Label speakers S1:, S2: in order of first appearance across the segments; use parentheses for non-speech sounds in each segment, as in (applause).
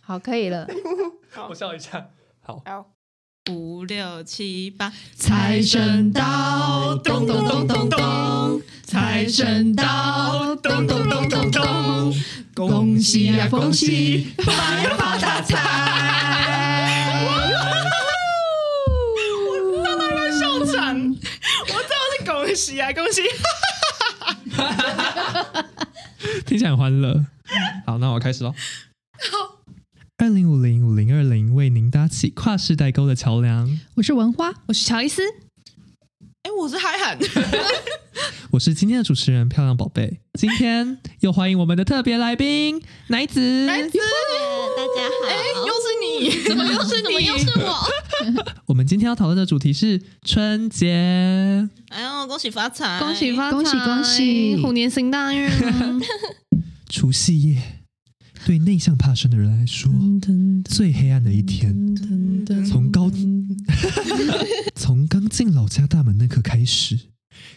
S1: 好，可以了。
S2: 我笑一下。好，
S3: 五六七八，
S4: 财神到，咚咚咚咚咚，财神到，咚咚咚咚咚，恭喜呀、恭喜，发呀发大财！
S3: 让大家笑惨！我真的是恭喜啊，恭喜！
S2: 听起来很欢乐。好，那我开始喽。二零五零五零二零为您搭起跨世代沟的桥梁。
S1: 我是文花，我是乔伊斯，
S3: 哎、我是海 (laughs) 涵，
S2: 我是今天的主持人漂亮宝贝。今天又欢迎我们的特别来宾奶子。
S3: 奶子，
S5: 大家好，
S3: 哎、又是你， (laughs) 怎么又是
S5: 怎么又是
S3: (laughs)
S5: 我？
S2: 我们今天要讨论的主题是春节。
S3: 哎呦，恭喜发财，
S1: 恭喜发财，
S4: 恭喜恭喜
S1: 虎年行大
S4: (laughs)
S1: 运啊！
S2: 除夕夜，对内向怕生的人来说，最黑暗的一天。从
S3: (laughs)
S2: 高从刚进老家大门那刻开始，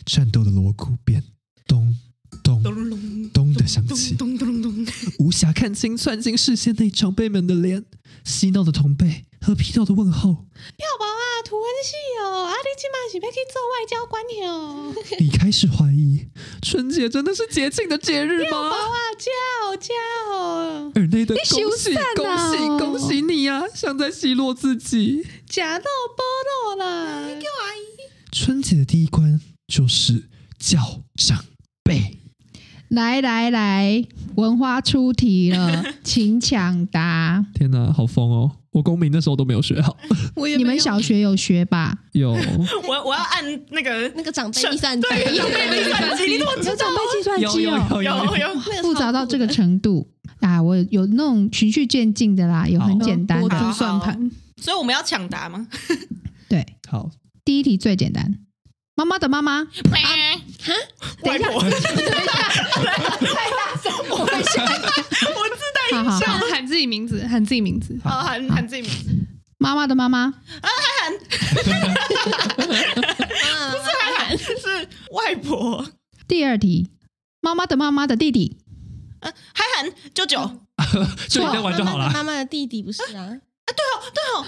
S2: 战斗的锣鼓便咚咚
S3: 咚咚
S2: 咚的响起，
S3: 咚咚咚咚，
S2: 无暇看清窜进视线内长辈们的脸，嬉闹的同辈和批斗的问
S3: (laughs)
S2: 候。
S5: 跳宝啊，图文系哦，阿里起码是要去做外交官哦。
S2: 你开始怀疑，春节真的是节庆的节日吗？
S5: 哇，叫
S4: 啊
S5: 叫，
S2: 耳内的
S1: 你
S2: 恭喜
S1: 收散
S2: 恭
S1: 啊
S2: 喜恭喜你呀、像在奚落自己。
S5: 假到菠萝啦！
S2: 春节的第一关就是叫长辈。
S1: 来来来，文花出题了，请抢答。
S2: 天哪，好疯哦！我公民那时候都没有学好，
S5: 我
S1: 你们小学有学吧？
S2: 有
S3: 我我要按那个
S5: 那个长辈计算机，
S3: 对长辈计算机你怎么
S5: 有长辈计算机哦？
S2: 有
S3: 有有
S5: 那个超酷
S1: 复
S5: 的
S1: 杂到这个程度啊！我有那种循序渐进的啦，有很简单
S4: 多
S1: 的。
S4: 珠算盘，
S3: 所以我们要抢答吗？
S1: 对，
S2: 好，
S1: 第一题最简单。妈妈的妈妈，
S3: 外婆，
S5: 我会想
S3: 我自
S1: 好
S3: 带
S1: 好好，
S4: 喊自己名字，喊自己名字。
S3: 好哦喊喊自己名 (laughs) 字，
S1: 妈妈的妈妈，
S5: 不是
S3: 海涵 (laughs) 是外婆，
S1: 第二题，妈妈的妈妈的弟弟，
S3: 海涵舅舅，
S2: 就你在玩就好
S5: 妈妈的
S2: 啦。
S5: 妈妈的弟弟不是啊？
S3: 对哦，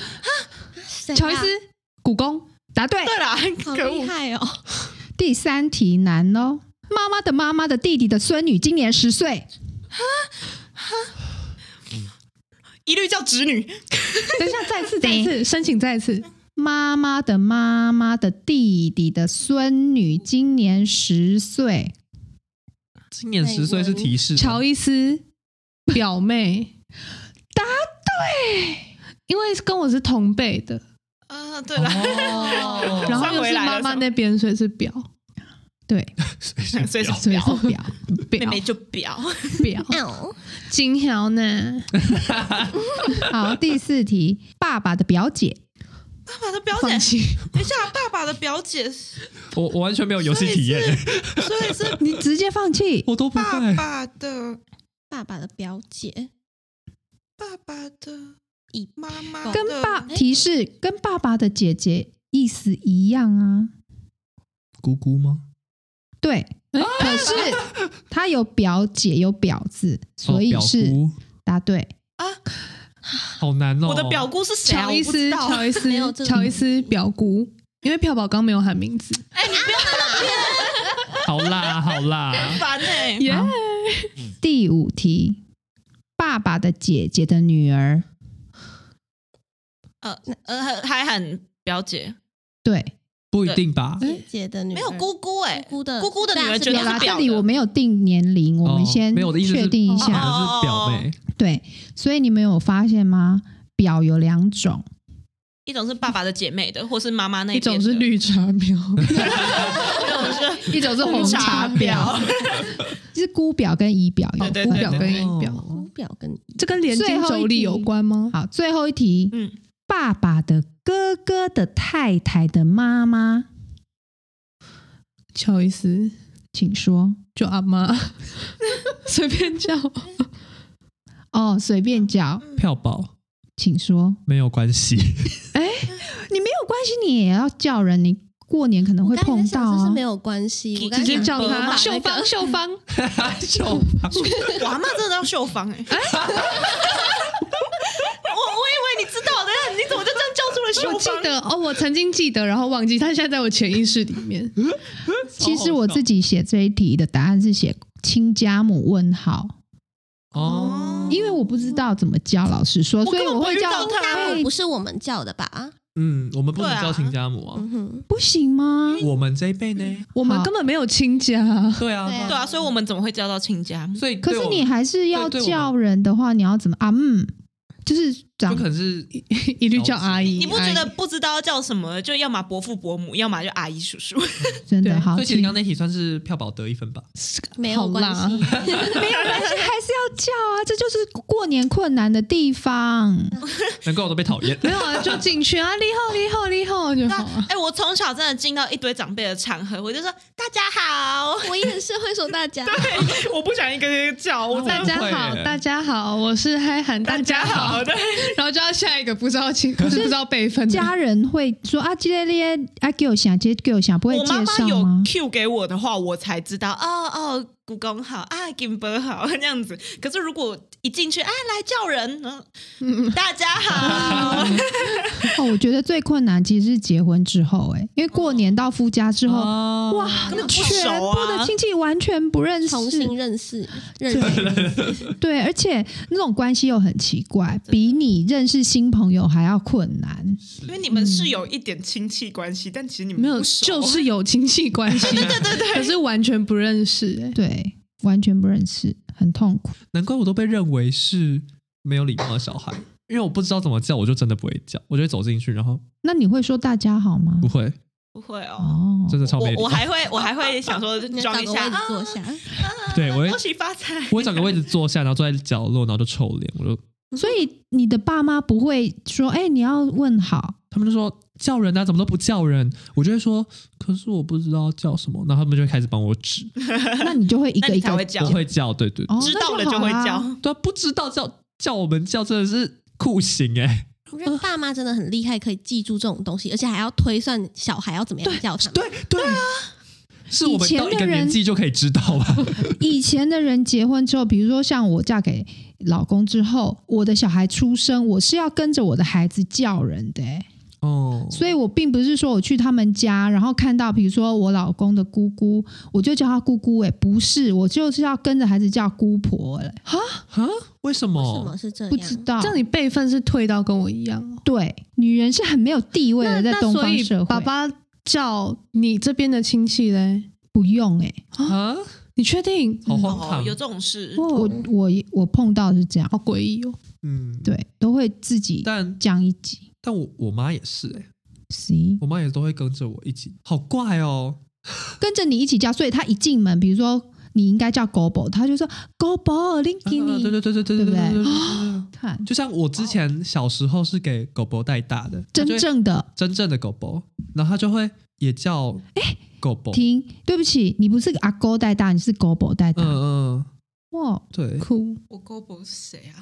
S5: 谁啊
S1: 乔伊斯，古公，答对。
S3: 对啦，
S5: 好
S3: 可
S5: 厉
S3: 恶，
S5: 害哦！
S1: 第三题难喽，妈妈的妈妈的弟弟的孙女今年十岁，
S3: 一律叫侄女，
S4: 等一下，再次，再次，申请再次。
S1: 妈妈的妈妈的弟弟的孙女今年十岁，
S2: 今年十岁是提示吗，
S4: 乔伊斯表妹，答对，因为跟我是同辈的，
S3: 啊，对啦，
S2: 哦
S4: 然后
S3: 算
S4: 又
S3: 回
S4: 是
S3: 来了
S4: 妈妈
S3: 算
S4: 那边，所以是表
S1: 对，
S3: 所以是
S1: 所以
S3: 表，
S1: 是表。
S3: 妹
S4: 表
S3: 妹就表，
S4: 表
S5: 哦
S4: 金条呢？
S1: 好，第四题，爸爸的表姐，
S3: 爸爸的表姐
S4: 放，弃，
S3: 等一下，爸爸的表姐，所
S2: 我我完全没有游戏体验，
S3: 以是
S1: 你直接放弃。
S2: 我都不
S3: 爸
S2: 会。
S3: 爸的
S5: 爸爸的表姐，
S3: 爸爸的
S5: 姨
S3: 妈妈的
S1: 跟爸提示跟爸爸的姐姐意思一样啊，
S2: 姑姑吗？
S1: 对。
S2: 哎
S1: 可是他有表姐有表字，所以
S2: 哦表
S1: 是
S2: 姑，
S1: 答对。
S2: 好难哦。
S3: 我的表姑是谁啊？
S4: 乔伊
S3: 我不知
S4: 斯，
S3: 道。
S4: 乔伊斯
S5: 没有这，种
S4: 乔伊斯表姑，因为票宝刚没有喊名字，
S3: 哎，你不要
S2: 好啦好啦，
S3: (laughs) 烦哎，
S4: 耶，
S1: 第五题，爸爸的姐姐的女儿，
S3: 呃呃，还喊表姐，
S4: 嗯
S1: 对，
S2: 不一定吧？
S5: 姐姐的女儿，
S3: 嗯没有姑姑哎，
S5: 姑姑的
S3: 姑姑的女儿
S5: 对
S3: 觉
S5: 啊
S1: 有
S3: 得
S5: 是
S1: 啦，
S3: 是
S1: 这
S3: 表
S1: 里我没有定年龄，我们
S2: 哦
S1: 先
S2: 没有我的意思是
S1: 确定一
S2: 可
S3: 哦
S1: 下。
S2: 能是表妹，
S1: 对，所以你们有发现吗？表有两种，
S3: 一种是爸爸的姐妹的，或是妈妈那
S4: 一
S3: 边的
S4: 种是，绿茶婊， (laughs)
S1: 一种是红茶
S3: 红茶 (laughs)
S1: 婊，就是姑表跟姨表有
S3: 对
S1: 分。
S4: 姑表跟姨
S5: 姑
S4: 表，
S5: 表跟姨
S4: 这跟连
S1: 最
S4: 襟
S1: 后一
S4: 妯娌
S1: 题
S4: 有关吗？
S1: 好，最后一题，
S3: 嗯，
S1: 爸爸的哥哥的太太的妈妈，
S4: 乔伊斯
S1: 请说。
S4: 就阿妈， (laughs) 随便叫，
S1: 哦，随便叫，
S2: 票宝
S1: 请说。
S2: 没有关系。
S1: 你没有关系，你也要叫人，你过年可能
S5: 我
S1: 会
S5: 刚才
S1: 碰
S5: 想
S1: 到
S5: 这是
S1: 啊
S5: 没。有关系，我刚才
S4: 直接
S5: 想
S4: 叫
S5: 伯
S4: 她
S5: 马
S4: 秀
S5: 那
S4: 芳，
S5: 个
S4: 秀芳，
S2: 就
S3: 欸 (laughs) 我阿妈真的叫秀芳哎，
S4: 记得哦，我曾经记得，然后忘记，它现在在我潜意识里面。
S1: 其实我自己写这一题的答案是写亲家母问号，
S2: 哦，
S1: 因为我不知道怎么叫，老师说，
S3: 我
S1: 所
S3: 根
S1: 以
S3: 本
S1: 我会
S3: 不知
S1: 叫
S3: 道他
S1: 哎
S6: 不是我们叫的吧？
S2: 嗯，我们不能
S3: 对啊
S2: 叫亲家母啊，
S6: 嗯哼，
S1: 不行吗？
S2: 我们这一辈呢？
S4: 我们根本没有亲家， (laughs)
S2: 对啊，
S6: 对
S3: 对啊，所以我们怎么会叫到亲家母？
S2: 所以对
S1: 可是
S2: 我
S1: 你还是要
S2: 对对我
S1: 叫人的话，你要怎么啊？嗯，就是
S2: 就
S1: 长
S2: 可能是
S4: 一律叫阿姨。
S3: 你不觉
S4: 阿姨
S3: 得不知道叫什么，就要么伯父伯母，要么就阿姨叔叔，
S1: 真的
S4: 对
S1: 好
S2: 所以其实
S1: 听，
S2: 刚刚那题算是票宝得一分吧。
S6: 没有
S4: 好
S6: 关
S4: 辣
S3: (laughs)
S6: 系。
S1: 没有关系，哎还是要叫啊，这就是过年困难的地方。
S3: 嗯
S2: 难怪我都被讨厌。
S4: 没有啊？就进去啊，你好，你好，你好就
S3: 对
S4: 好
S3: 啊
S4: 啊。
S3: 哎、我从小真的进到一堆长辈的场合，我就说大家好，
S6: 我也是会说大家，
S3: (laughs) 我不想一个一个叫，我
S4: 大家好，大家好，我是嗨喊，大家好。
S3: 的。
S4: (laughs) 然后就要下一个不知道亲，不是不知道辈分的。
S1: 家人会说啊，今天啊给我想，今天给我想，不会
S3: 我
S1: 介
S3: 妈妈
S1: 绍
S3: 有
S1: 吗？
S3: Q 给我的话，我才知道哦哦，故宫好啊，金伯好这样子。可是如果一进去啊，来叫人，嗯，大家 (laughs) 好，
S1: 哦，我觉得最困难其实是结婚之后、哎，
S3: (laughs)
S1: 因为过年到夫家之后，
S2: 哦
S1: 哇，
S3: 根本不
S1: 全
S3: 熟啊
S1: 部的亲戚完全不认识，
S6: 重新认识认识，
S1: 对，而且那种关系又很奇怪，比你认识新朋友还要困难。
S3: 因为你们是有一点亲戚关系，但其实你们
S4: 没有，
S3: 不熟 (laughs)
S4: 就是有亲戚关系，
S1: (laughs)
S4: 对对对对可是完全不认识。哎
S1: 对，完全不认识，很痛苦。
S2: 难怪我都被认为是没有礼貌的小孩，因为我不知道怎么叫，我就真的不会叫，我就会走进去，然后
S1: 那你会说大家好吗
S2: 不？会，
S3: 不会哦。
S1: 哦，
S2: 真的超没礼
S3: 我
S2: 貌。
S3: 我还会我还会想 (laughs) 说
S6: 你要
S3: 装
S6: 找
S3: 一
S6: 个位
S3: 下
S6: 置
S3: 啊，
S6: 坐下。
S2: (laughs) 对
S3: (laughs)
S2: 我会
S3: 恭喜发财。
S2: 我会找个位置坐下，然后坐在角落，然后就臭脸，我就
S1: 所以你的爸妈不会说，哎、你要问好，
S2: 他们就说叫人啊，怎么都不叫人，我就会说，可是我不知道叫什么，然后他们就会开始帮我指，
S1: 那你就会一
S3: 那
S1: 个
S3: 你
S1: 一
S3: 才
S1: 个
S3: 会叫
S2: 我，会叫，对对对，
S1: 哦
S3: 知道
S1: 那
S3: 了
S1: 好
S3: 就会
S1: 啦
S3: 叫。
S2: 对啊，不知道叫叫我们叫真的是酷刑哎、
S6: 我觉得爸妈真的很厉害，可以记住这种东西，而且还要推算小孩要怎么样叫他们。
S2: 对对啊，是我们
S1: 以前
S2: 到
S1: 的
S2: 一个年
S1: 人
S2: 纪就可以知道吧？
S1: 以前的人结婚之后，比如说像我嫁给老公之后，我的小孩出生，我是要跟着我的孩子叫人的、欸
S2: 哦，
S1: 所以我并不是说我去他们家，然后看到比如说我老公的姑姑，我就叫他姑姑、欸，不是，我就是要跟着孩子叫姑婆了、欸
S2: 哈，为什
S6: 为什
S2: 么
S6: 么？是这
S1: 不知
S6: 样？
S1: 道
S4: 这。样你辈分是退到跟我一样哦。
S1: 对，女人是很没有地位
S4: 那
S1: 的，在
S4: 那
S1: 东
S4: 所
S1: 方
S4: 以
S1: 社会，
S4: 爸爸叫你这边的亲戚嘞，
S1: 不用哎、欸
S2: 啊，
S4: 你确定？
S2: 好荒
S3: 哦，
S2: 唐
S3: 有，这种事，
S1: 我我我碰到是这样，
S4: 好诡异哦！
S2: 嗯，
S1: 对，都会自己
S2: 但
S1: 讲一集。
S2: 但我我妈也是哎、
S1: 行，
S2: 我妈也都会跟着我一起，好怪哦。
S1: 跟着你一起叫，所以他一进门，比如说你应该叫 Gobo，他就说 Gobo，拎给
S2: 啊
S1: 你，
S2: 对对对对对
S1: 对不
S2: 对
S1: 对
S2: 对对
S1: 看
S2: 就像我之前小时候是给狗狗带大的，
S1: 真
S2: 她就会哦
S1: 正的
S2: 真正的狗狗，然后它就会也叫狗狗，
S1: 听，对不起，你不是阿勾带大，你是 Gobo 带大。
S2: 嗯嗯，
S1: 哇，
S2: 对，
S4: 哭，
S3: 我勾不是谁啊？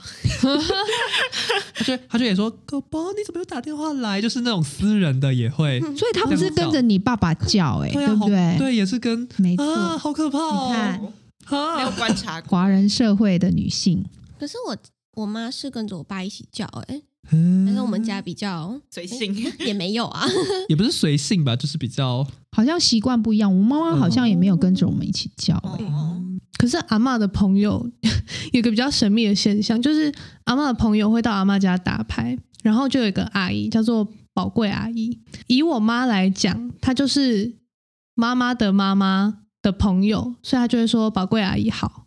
S2: 它就它就也说狗狗你怎么又打电话来，就是那种私人的也会，
S1: 所以他们是跟着你爸爸叫、欸，哎、
S2: 啊，
S1: 不
S2: 好
S1: 对？
S2: 对，也是跟
S1: 没错。
S2: 啊，好可怕
S1: 你
S2: 哦，
S1: 看
S3: (laughs) 没有
S2: 啊，
S3: 观察过，
S1: 华人社会的女性，
S6: 可是我我妈是跟着我爸一起叫，哎，但是我
S2: 嗯，
S6: 们家比较
S3: 随
S1: (laughs)
S3: 性。
S6: 也没有啊。
S2: 也不是随性吧，就是比较
S1: 好像习惯不一样。我妈妈好像也没有跟着我们一起叫、欸，
S3: 哦
S4: 可是阿嬷的朋友 (laughs) 有一个比较神秘的现象，就是阿嬷的朋友会到阿嬷家打牌，然后就有一个阿姨叫做宝贵阿姨。以我妈来讲，她就是妈妈的妈妈的朋友，所以她就会说宝贵阿姨好。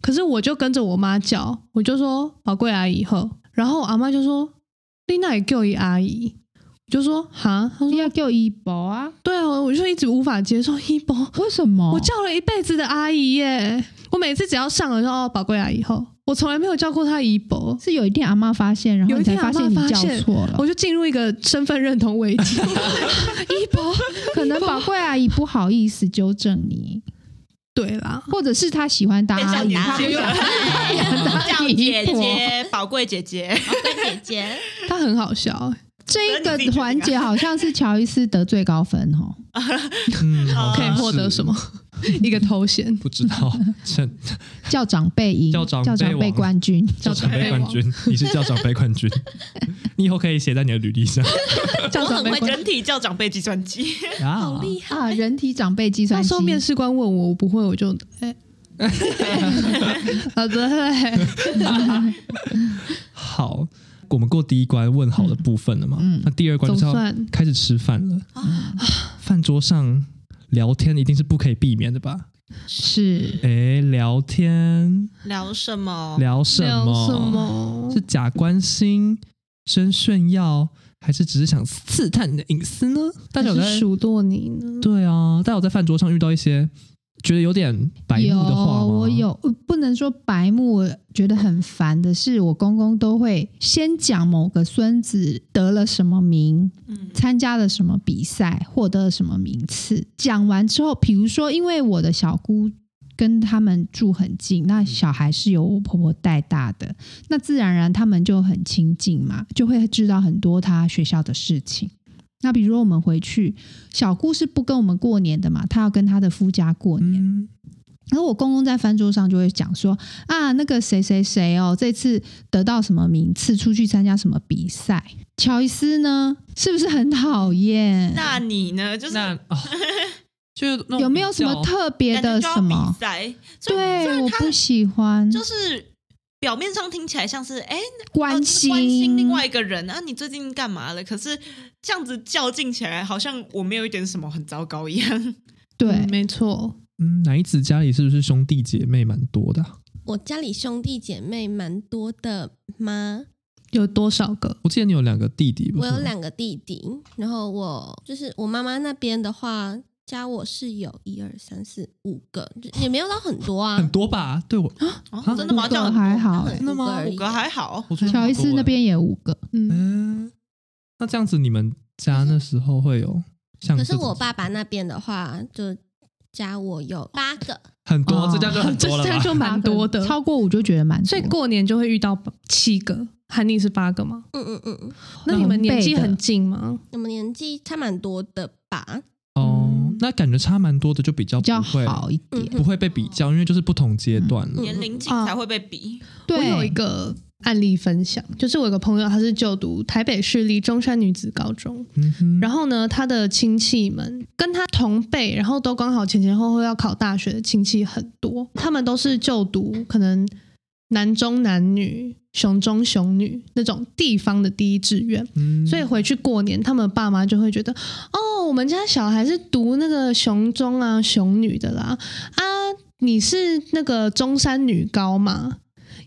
S4: 可是我就跟着我妈叫，我就说宝贵阿姨好，然后我阿妈就说丽娜也叫一阿姨，我就说哈，她说
S1: 哎要叫医保啊？
S4: 对啊，我就一直无法接受 (laughs) 一波。
S1: 为什么？
S2: 哦
S4: 我叫了一辈子的阿姨耶！我每次只要上了说哦，宝贵阿姨后，我从来没有叫过她姨
S2: 哦
S4: 伯，
S1: 是有一天阿妈发现，然后
S4: 有一
S1: 你才
S4: 天
S1: 发现
S4: 阿
S1: 你
S4: 嬷发
S1: 叫
S4: 现
S1: 错了
S4: 我。就进入一个身份认同危
S2: (laughs)
S4: 机。姨伯，
S1: 可能宝贵阿姨不好意思纠正你，
S4: 对啦，
S1: 或者是她喜欢
S3: 哎
S1: 当阿姨，
S6: 被
S1: 她
S6: 叫
S1: 不
S6: 姐
S1: 想
S3: (laughs) 叫
S1: 当
S3: 姐
S1: 姨婆。 (laughs)
S3: 姐，宝贵姐姐，
S6: 跟姐姐，
S4: 她很好
S2: 啊
S4: 笑耶，
S1: 这一个环节好像是乔伊斯得最高分哦，
S2: 嗯，好
S4: 可以
S2: 像
S4: 获得
S2: 是
S4: 什么？一个头衔？
S2: 不知
S4: (laughs)
S2: 道，趁
S1: 叫长辈赢，
S2: 叫
S1: 叫
S2: 长辈
S1: 长辈
S2: 王
S1: 冠军。 (laughs)
S4: (laughs)
S2: 叫长辈冠军，你是叫长辈冠军。你以后可以写在你的履历上
S4: 叫
S3: 我
S4: 长
S3: 很
S4: 辈
S3: 会
S4: 官
S3: 人体叫长辈计算机，
S2: 啊
S6: 好！厉害！
S1: 啊，人体长辈计
S4: 那
S1: 算
S4: 时
S1: 机
S4: 候。面试官问我，我不会，我就
S2: (laughs)
S4: 哎，啊对，
S2: 好，我们过第一关问好的部分了嘛？那第二关
S4: 嗯总
S2: 就是要
S4: 算啊
S2: 开始吃饭了。饭桌上聊天一定是不可以避免的吧？
S1: 是
S2: 诶，聊天
S3: (laughs) 聊什么？
S2: 聊什
S4: 哦聊
S2: 么？
S4: 什么
S2: 是？假关心、真炫耀，还是只是想刺探你的隐私呢？大家有
S4: 还
S2: 在
S4: 是数落你呢？
S2: 对啊，大家有在饭桌上遇到一些觉得有点白目的话吗？
S1: 有我有，呃不能说白目，我觉得很烦的是，我公公都会先讲某个孙子得了什么名，
S3: 嗯
S1: 参加了什么比赛，获得了什么名次。讲完之后，比如说，因为我的小姑跟他们住很近，
S2: 嗯
S1: 那小孩是由我婆婆带大的，那自然而然他们就很亲近嘛，就会知道很多他学校的事情。那比如说我们回去，小姑是不跟我们过年的嘛，她要跟她的夫家过年。
S2: 嗯，
S1: 然后我公公在饭桌上就会讲说啊，那个谁谁谁哦，这次得到什么名次，出去参加什么比赛。乔伊斯呢，是不是很讨厌？
S3: 那你呢？就是
S2: 那
S1: (laughs)
S2: 啊，就是那种
S1: 有没有什么
S2: 比较
S1: 特别
S3: 感觉
S1: 的
S3: 就要
S1: 什么
S3: 比？赛？所以
S1: 对，我
S3: 他
S1: 不喜欢，
S3: 就是表面上听起来像是哎、哦
S1: 关
S3: 就是
S1: 心、
S3: 关心另外一个人啊，你最近干嘛了？可是这样子较劲起来，好像我没有一点什么很糟糕一样。 (laughs)
S1: 对
S4: 嗯，没错，
S2: 嗯，奶子家里是不是兄弟姐妹蛮多的啊、
S6: 我家里兄弟姐妹蛮多的吗？
S4: 有多少个？
S2: 我记得你有两个弟弟吧？
S1: 嗯
S6: 我有两个弟弟，然后我就是我妈妈那边的话，加我是有一二三四五个，就也没有到很多啊，
S2: 很多吧？对我，
S3: 哦
S2: 啊，
S3: 真的吗？
S1: 五
S3: 这
S1: 个
S3: 样
S1: 还好、
S6: 很
S1: 欸，
S2: 真的吗
S6: 五个而已
S3: 五个还好，
S2: 我觉得
S1: 乔伊
S2: 蛮
S1: 斯
S2: 多
S1: 那
S2: 的，
S1: 边也五个，
S4: 嗯，
S2: 嗯，那这样子你们家那时候会有像
S6: 可
S2: 这
S6: 是
S2: 种？
S6: 我爸爸那边的话，就加我有八个，
S2: 很多，
S1: 哦
S2: 这样就很
S4: 这
S2: 多了
S4: (laughs) 这
S2: 吧
S4: 样？就蛮多的，
S1: 超过五就觉得蛮多。
S4: 所以过年就会遇到七个，喊你是八个吗？
S6: 嗯嗯嗯嗯，
S4: 那你们年纪很近吗？
S6: 我们年纪差蛮多的吧？
S2: 哦，那感觉差蛮多的，就比较
S1: 嗯比较
S2: 不会
S1: 好一点。
S6: 嗯
S2: 不会被比较，因为就是不同阶段
S1: 嗯
S2: 了。
S3: 年龄近
S4: 啊
S3: 才会被比。
S4: 我
S1: 对，
S4: 有一个案例分享，就是我有个朋友，他是就读台北市立中山女子高中，
S2: 嗯哼，
S4: 然后呢，他的亲戚们跟他同辈，然后都刚好前前后后要考大学的亲戚很多，他们都是就读可能男中男女、雄中雄女那种地方的第一志愿，
S2: 嗯
S4: 所以回去过年，他们爸妈就会觉得，哦，我们家小孩是读那个雄中啊、雄女的啦，啊，你是那个中山女高嘛？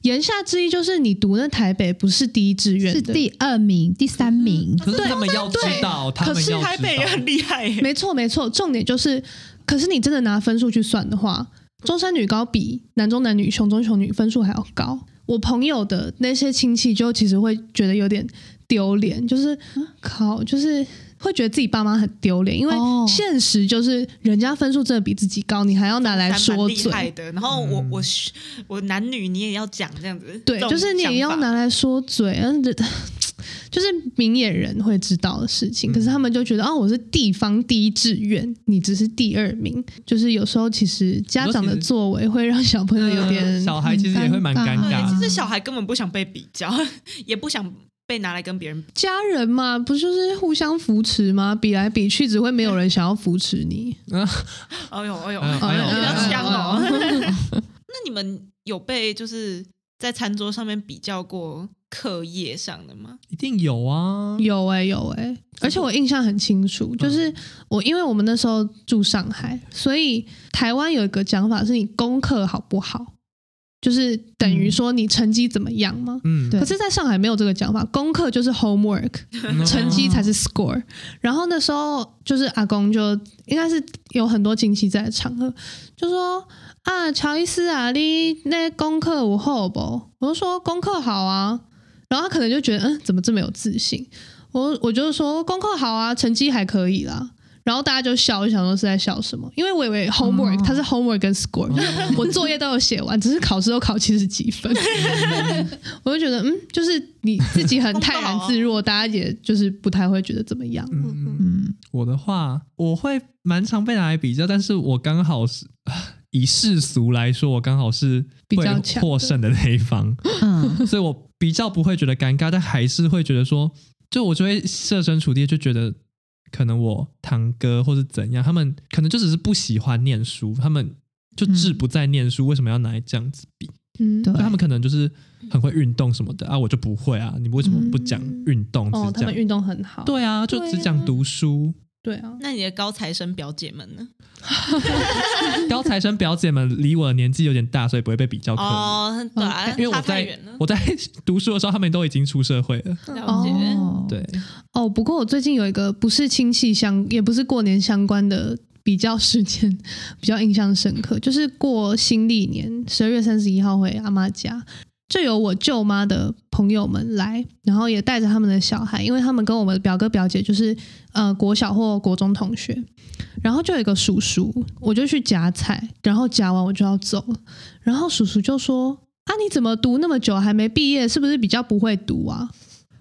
S4: 言下之意就是你读那台北不是第一志愿
S1: 是
S4: 的，
S1: 第二名、第三名，
S2: 可是他们要知道，他们
S4: 可是
S2: 要
S3: 台北也
S2: 知
S3: 很
S2: 道，
S3: 厉害耶，
S4: 没错没错。重点就是，可是你真的拿分数去算的话，中山女高比男中男女、雄中雄女分数还要高。我朋友的那些亲戚就其实会觉得有点丢脸，就是
S1: 嗯
S4: 靠，就是会觉得自己爸妈很丢脸，因为
S1: 哦
S4: 现实就是人家分数真的比自己高，你还要拿来
S3: 还蛮
S4: 说
S3: 厉害
S4: 嘴。
S3: 的。然后我
S2: 嗯
S3: 我我男女你也要讲这样子，
S4: 对
S3: 这，种
S4: 就是你也要
S3: 想法
S4: 拿来说嘴，嗯，这 (laughs) 就是明眼人会知道的事
S3: 嗯
S4: 情。可是他们就觉得，哦，我是地方第一志愿，你只是第二名。就是有时候其实家长的作为会让小朋友
S3: (laughs)
S4: 有点
S2: 嗯
S4: 嗯
S2: 小孩其实也会蛮
S1: 很
S2: 尴
S1: 尴
S2: 尬
S3: 对，
S1: 尬
S2: 的。
S3: 其实小孩根本不想被比较，也不想被拿来跟别人比。 (laughs)
S4: 家人嘛，不就是互相扶持吗？比来比去，只会没有人想要扶持你。
S3: 哎呦哎呦，
S2: 哎呦
S3: 比
S2: 哎呦
S3: 较香哦。
S4: 哎呦哎
S3: (laughs) 那你们有被就是在餐桌上面比较过课业上的吗？
S2: 一定有啊，
S4: 有哎、有哎、而且我印象很清楚，就是我因为我们那时候住上海，所以台湾有一个讲法是你功课好不好，就是等于说你成绩怎么样吗？
S2: 嗯，
S1: 对
S4: 可是，在上海没有这个讲法，功课就是 homework，
S2: 嗯
S4: 成绩才是 score。然后那时候就是阿公就应该是有很多亲戚在的场合，就说啊，乔伊斯啊，你那功课有好不？我就说功课好啊，然后他可能就觉得嗯，怎么这么有自信？我我就说功课好啊，成绩还可以啦。然后大家就笑，我就想说是在笑什么？因为我以为 homework、
S1: 哦
S4: 它是 homework 跟 score，、
S2: 哦
S4: 我作业都有写完，只是考试都考七十几分， (laughs) 我就觉得嗯，就是你自己很泰然自 (laughs) 若，大家也就是不太会觉得怎么样。
S2: 嗯嗯
S1: 嗯，
S2: 我的话，我会蛮常被拿来比较，但是我刚好是以世俗来说，我刚好是
S4: 比较
S2: 会
S4: 强的
S2: 获胜的那一方，
S1: 嗯嗯，
S2: 所以我比较不会觉得尴尬，但还是会觉得说，就我就会设身处地就觉得，可能我堂哥或是怎样，他们可能就只是不喜欢念书，他们就志不在念书，为什么要拿来这样子比？
S4: 嗯，
S1: 对
S2: 就他们可能就是很会运动什么的啊，我就不会啊，你为什么不讲运动？
S4: 哦，
S2: 只
S4: 他
S2: 讲
S4: 们运动很好，
S2: 对啊，就只讲读书。
S4: 对啊，
S3: 那你的高材生表姐们呢？
S2: 高材生表姐们离我的年纪有点大，所以不会被比较可能。
S3: 哦，对啊，
S2: 因为我
S3: 差太
S2: 在
S3: 远了。
S2: 我在读书的时候，他们都已经出社会了。
S6: 嗯
S3: 了解，
S1: 哦，
S2: 对，
S4: 哦，不过我最近有一个不是亲戚相，也不是过年相关的比较事件，比较印象深刻，就是过新历年十二月三十一号回阿妈家，就有我舅妈的朋友们来，然后也带着他们的小孩，因为他们跟我们的表哥表姐就是呃国小或国中同学，然后就有一个叔叔，我就去夹菜，然后夹完我就要走了，然后叔叔就说。啊！你怎么读那么久还没毕业？是不是比较不会读啊？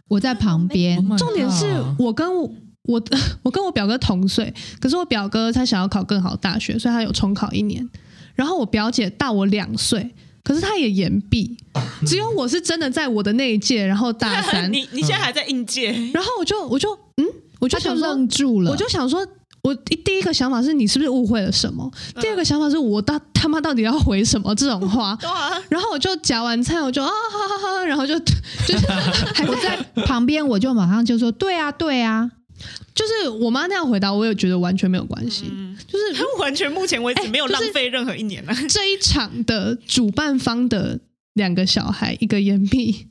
S1: 我在旁
S2: Oh
S1: 边，
S4: 重
S2: 嗯
S4: 点是我跟我我 (laughs) 我跟我表哥同岁，可是我表哥他想要考更好的大学，所以他有重考一年。然后我表姐大我两岁，可是她也延毕，只有我是真的在我的那一届，然后大
S3: (laughs)
S4: 三。
S3: 你你
S2: 嗯
S3: 现在还在应届，
S4: 然后我就我就嗯，我就
S1: 他就
S4: 想说，
S1: 愣住了，
S4: 我就想说。我第第一个想法是你是不是误会了什么？第二个想法是我到他妈到底要回什么这种话？ (laughs)
S3: 对啊，
S4: 然后我就夹完菜，我就啊哈哈哈，然后就 (laughs) 就是还
S1: 我在旁边，我就马上就说：“对啊，对
S3: (laughs)
S1: 啊。
S4: 就是我妈那样回答，我也觉得完全没有关系。
S3: 嗯 (laughs)
S4: 就是
S3: 他完全目前为
S4: 哎
S3: 止没有浪费任何一年啊。
S4: 这一场的主办方的两个小孩，一个延毕，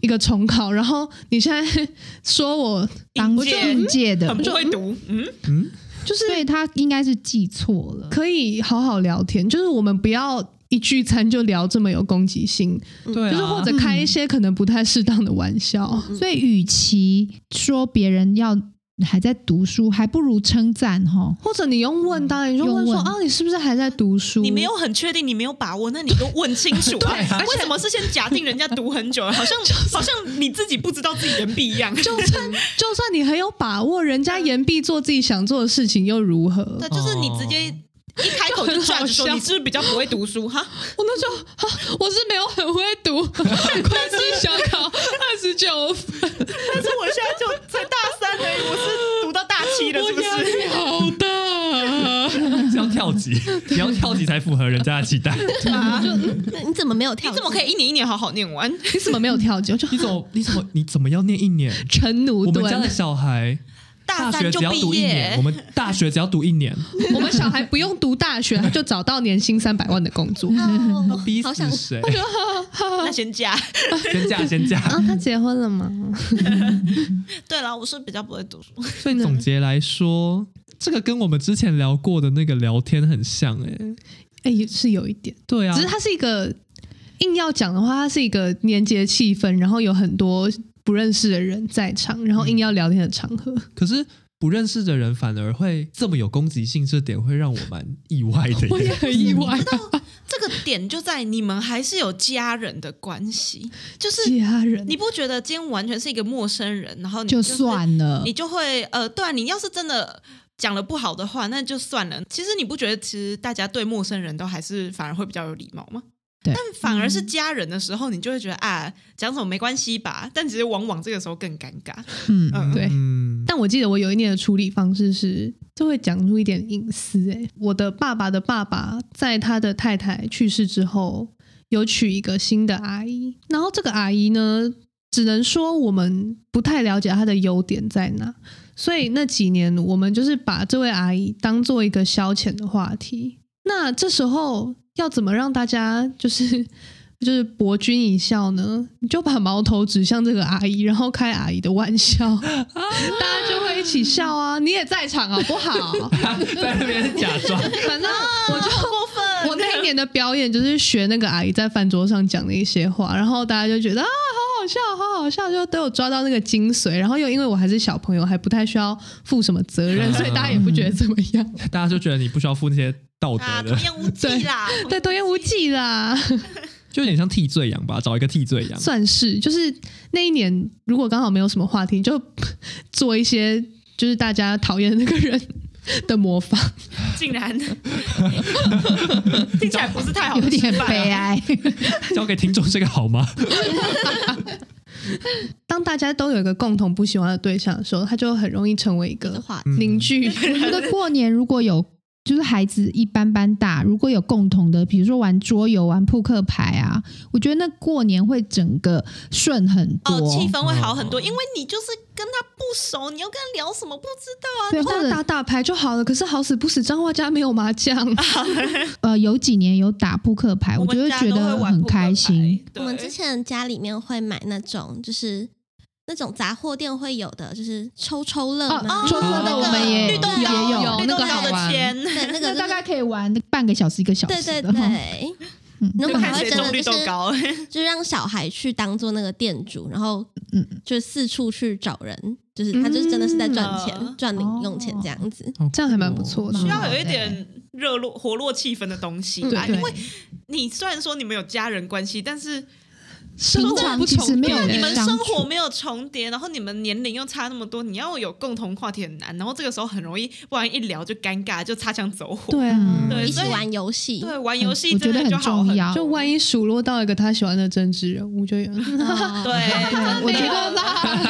S4: 一个重考，然后你现在说我”
S1: 当
S3: 应届
S1: 应届
S3: (laughs)
S1: 的
S3: 很，不会读，嗯，
S2: 嗯，
S4: 就是
S1: 所以他应该是记错了。
S4: 可以好好聊天，就是我们不要。一聚餐就聊这么有攻击性，
S2: 对啊，
S4: 就是或者开一些可能不太适当的玩笑，
S3: 嗯
S1: 所以，与其说别人要还在读书，还不如称赞哈。
S3: 嗯
S4: 或者你用问，当然你就问说
S1: 用问
S4: 啊，你是不是还在读书？
S3: 你没有很确定，你没有把握，那你就问清楚。 (laughs) 对啊为什么是先假定人家读很 (laughs) 久，好像好像你自己不知道自己人比一样。
S4: 就算就算你很有把握，人家言必做自己想做的事情又如何？
S3: 对，就是你直接一开口就 (laughs) 转说
S4: 就很好笑
S3: 你是不是比较不会读书哈？
S4: 我那时候、啊、我是没有很会读，会计小考二十九分，
S3: (laughs) 但是我现在就才大三而已，我是读到大七了，是不
S4: 我压力
S3: 是？
S4: 好大。
S2: (laughs) 是要跳级，你要跳级才符合人家的期待。
S6: 那嗯你怎么没有
S3: 你
S6: 跳？
S3: 怎么可以一年一年好好念完？
S4: 你怎么没有跳级？我就
S2: 你怎么你怎么你怎么要念一年？
S4: 陈奴
S2: 我
S4: 顿
S2: 们，家的小孩
S3: 大
S2: 学
S3: 三就
S2: 只要
S3: 毕
S2: 读一年，我
S3: 业，
S2: 们大学只要读一年，
S4: 我们小孩不用读大学，他就找到年薪三百万的
S2: (laughs)
S4: 工作。
S6: 哦
S2: 逼
S6: 好
S2: 死
S6: 想
S2: 谁？
S3: (laughs) 那先假。
S2: 先嫁先嫁。
S4: 他结婚了吗？
S3: 对了，我是比较不会 (laughs) 读书，
S2: 所以总结来说，这个跟我们之前聊过的那个聊天很像哎、
S4: 哎、也是有一点，
S2: 对啊
S4: 只，是他是一个硬要讲的话，他是一个年节气氛，然后有很多不认识的人在场，然后硬要聊天的场合。
S2: 可是不认识的人反而会这么有攻击性，这点会让我蛮意外的耶。
S4: 很 (laughs) 意外，
S3: 这个点就在你们还是有家人的关系，就是
S4: 家人
S3: 你不觉得今天完全是一个陌生人，然后你
S1: 就是算了
S3: 你，就会呃，对、啊，你要是真的讲了不好的话，那就算了。其实你不觉得，其实大家对陌生人都还是反而会比较有礼貌吗？
S1: 对嗯
S3: 但反而是家人的时候，你就会觉得啊，讲什么没关系吧。但其实往往这个时候更尴尬。
S1: 嗯，
S3: 嗯，
S4: 对
S2: 嗯，
S4: 但我记得我有一年的处理方式是，就会讲出一点隐私、欸。我的爸爸的爸爸在他的太太去世之后，有娶一个新的阿姨，然后这个阿姨呢，只能说我们不太了解她的优点在哪，所以那几年我们就是把这位阿姨当做一个消遣的话题。那这时候要怎么让大家就是？ (laughs) 就是博君一笑呢，你就把矛头指向这个阿姨，然后开阿姨的玩笑。大家就会一起笑啊，你也在场好
S3: (laughs)
S4: 不好？
S2: 在那边假装，
S4: 反正我就。
S3: 啊过分
S4: (laughs) 我那一年的表演就是学那个阿姨在饭桌上讲的一些话，然后大家就觉得啊，好好笑，好好笑，就都有抓到那个精髓。然后又因为我还是小朋友，还不太需要负什么责
S3: (laughs)
S4: 任，所以大家也不觉得怎么样。
S2: 大家就觉得你不需要负那些道德
S3: 啊，
S2: 的
S3: 童，言无忌啦，
S4: 对，童言无忌啦，
S2: 就有点像替罪羊吧，找一个替罪羊。
S4: 算是就是那一年，如果刚好没有什么话题，就做一些就是大家讨厌的那个人的模仿。
S1: (laughs)
S3: 竟然听起来不是太好
S1: 有
S3: 的示
S1: 点
S3: 范啊
S1: 悲哀。
S3: (laughs)
S2: 交给听众这个好吗？
S4: 当大家都有一个共同不喜欢的对象的时候，他就很容易成为一
S6: 的
S4: 个
S6: 话，
S2: 嗯
S4: 邻居。
S1: 我觉得过年如果有就是孩子一般般大，如果有共同的，比如说玩桌游、玩扑克牌啊，我觉得那过年会整个顺很多。
S3: 哦，气氛会好很多，因为你就是跟他不熟，你要跟他聊什么不知道啊。
S1: 对，或
S4: 大
S1: 者
S4: 打打牌就好了，可是好死不死，彰化家没有麻
S6: (laughs)
S4: 将，
S1: 呃，有几年有打扑克牌，我
S3: 们
S1: 就会
S3: 家
S1: 觉
S3: 都
S1: 得
S3: 玩
S1: 很
S3: 扑克
S1: 开
S3: 牌
S1: 心。。
S6: 我们之
S3: 对
S6: 前家里面会买那种就是。那种杂货店会有的，就是抽抽乐嘛，
S1: 哦抽抽乐
S6: 那个
S1: 我们也
S3: 绿豆
S1: 也
S3: 刀
S1: 有
S3: 绿
S4: 那
S3: 豆
S4: 个
S3: 刀
S4: 好
S3: 的
S4: 玩
S3: 钱，
S6: 对那
S1: 那
S6: 个就是
S1: 大概可以玩半个小时、一个小
S6: 对对
S1: 时的
S6: 对
S1: 哈。，嗯
S6: 然
S3: 就
S6: 后我们
S3: 开
S6: 还
S3: (laughs)
S6: 会
S3: 始
S6: 真的
S3: 弄绿
S6: 就
S3: 豆
S6: 是
S3: 糕。
S6: 就让小孩去当做那个店主，然后
S1: 嗯
S6: 就四处去找人，就是他就是真的是在赚钱、
S3: 嗯
S6: 赚零用钱这样子。
S2: 好酷哦
S4: 这样还蛮不错的。
S1: 需
S3: 需要有一点热络、活络气氛的东西
S1: 嗯
S6: 啊
S3: 吧。
S4: 对
S3: 因为你虽然说你们有家人关系，但是
S1: 平
S3: 生活
S1: 常
S3: 不
S1: 其实
S3: 重
S1: 没
S3: 叠
S1: 有，
S3: 你
S2: 啊
S3: 们
S1: 相
S3: 生
S1: 处
S3: 活没有重叠，然后你们年龄又差那么多，你要有共同话题很难。然后这个时候很容易，不然一聊就尴尬，就擦枪走火。
S4: 对
S1: 嗯
S4: 啊，
S3: 对
S6: 一起
S3: 所以
S6: 玩游戏，
S3: 对，玩游戏
S1: 我觉
S3: 真
S1: 得
S3: 的就好
S1: 重
S3: 很。
S1: 要。
S4: 就万一数落到一个他喜欢的政治人物，就有
S6: 哦，
S3: 对，
S1: 我觉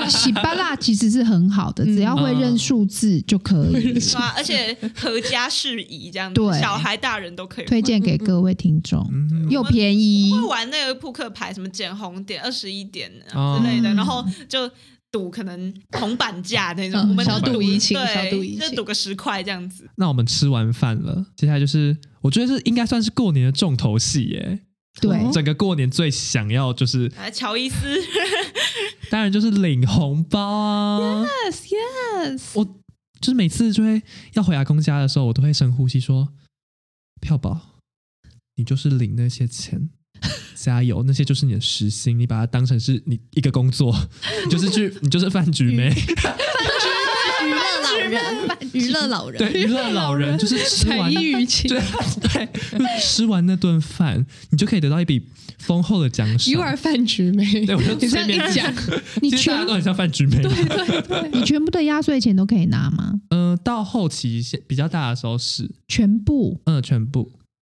S1: 得喜巴拉其实是很好的，只要会认数字就可以。
S3: 是吧？啊而且合家适宜这样子，
S1: 对
S3: 小孩大人都可以玩
S1: 推荐给各位听众，
S2: 嗯
S1: 又便宜
S3: 会，玩那个扑克牌，什么捡红点、二十一点
S2: 哦
S3: 啊之类的，然后就赌可能铜板价那种，
S4: 嗯
S3: 我们就
S4: 小赌怡情
S3: 对
S4: 小赌怡情
S3: 就赌个十块这样子。
S2: 那我们吃完饭了，接下来就是我觉得是应该算是过年的重头戏耶。
S1: 对，
S4: 嗯
S2: 整个过年最想要就是，
S3: 来，乔伊斯，
S2: 当然就是领红包啊。
S4: yes yes，
S2: 我就是每次就会要回阿公家的时候，我都会深呼吸说：“票宝，你就是领那些
S4: (laughs)
S2: 钱，加油，那些就是你的时薪，你把它当成是你一个工作， (laughs) 你就是去，你就是饭局妹，
S6: 娱乐老人，
S2: 对，娱
S6: 娱乐老人，
S2: 乐老人，就是吃
S4: 彩
S2: 完
S4: 衣娱
S2: (laughs)
S4: 情
S2: 对啊对，就吃完那顿饭，你就可以得到一笔丰厚的奖赏。
S4: ，You are 饭局妹。
S2: 对，我就
S4: (laughs) 你这
S2: 随
S4: 样
S2: 便
S4: 一讲，
S6: (laughs)
S1: 你
S2: 其实大
S1: 全
S2: 家都很像饭局妹。
S1: 你全部的压岁钱都可以拿吗？
S2: 嗯、到后期先比较大的时候是，
S1: 全部？
S2: 嗯、全部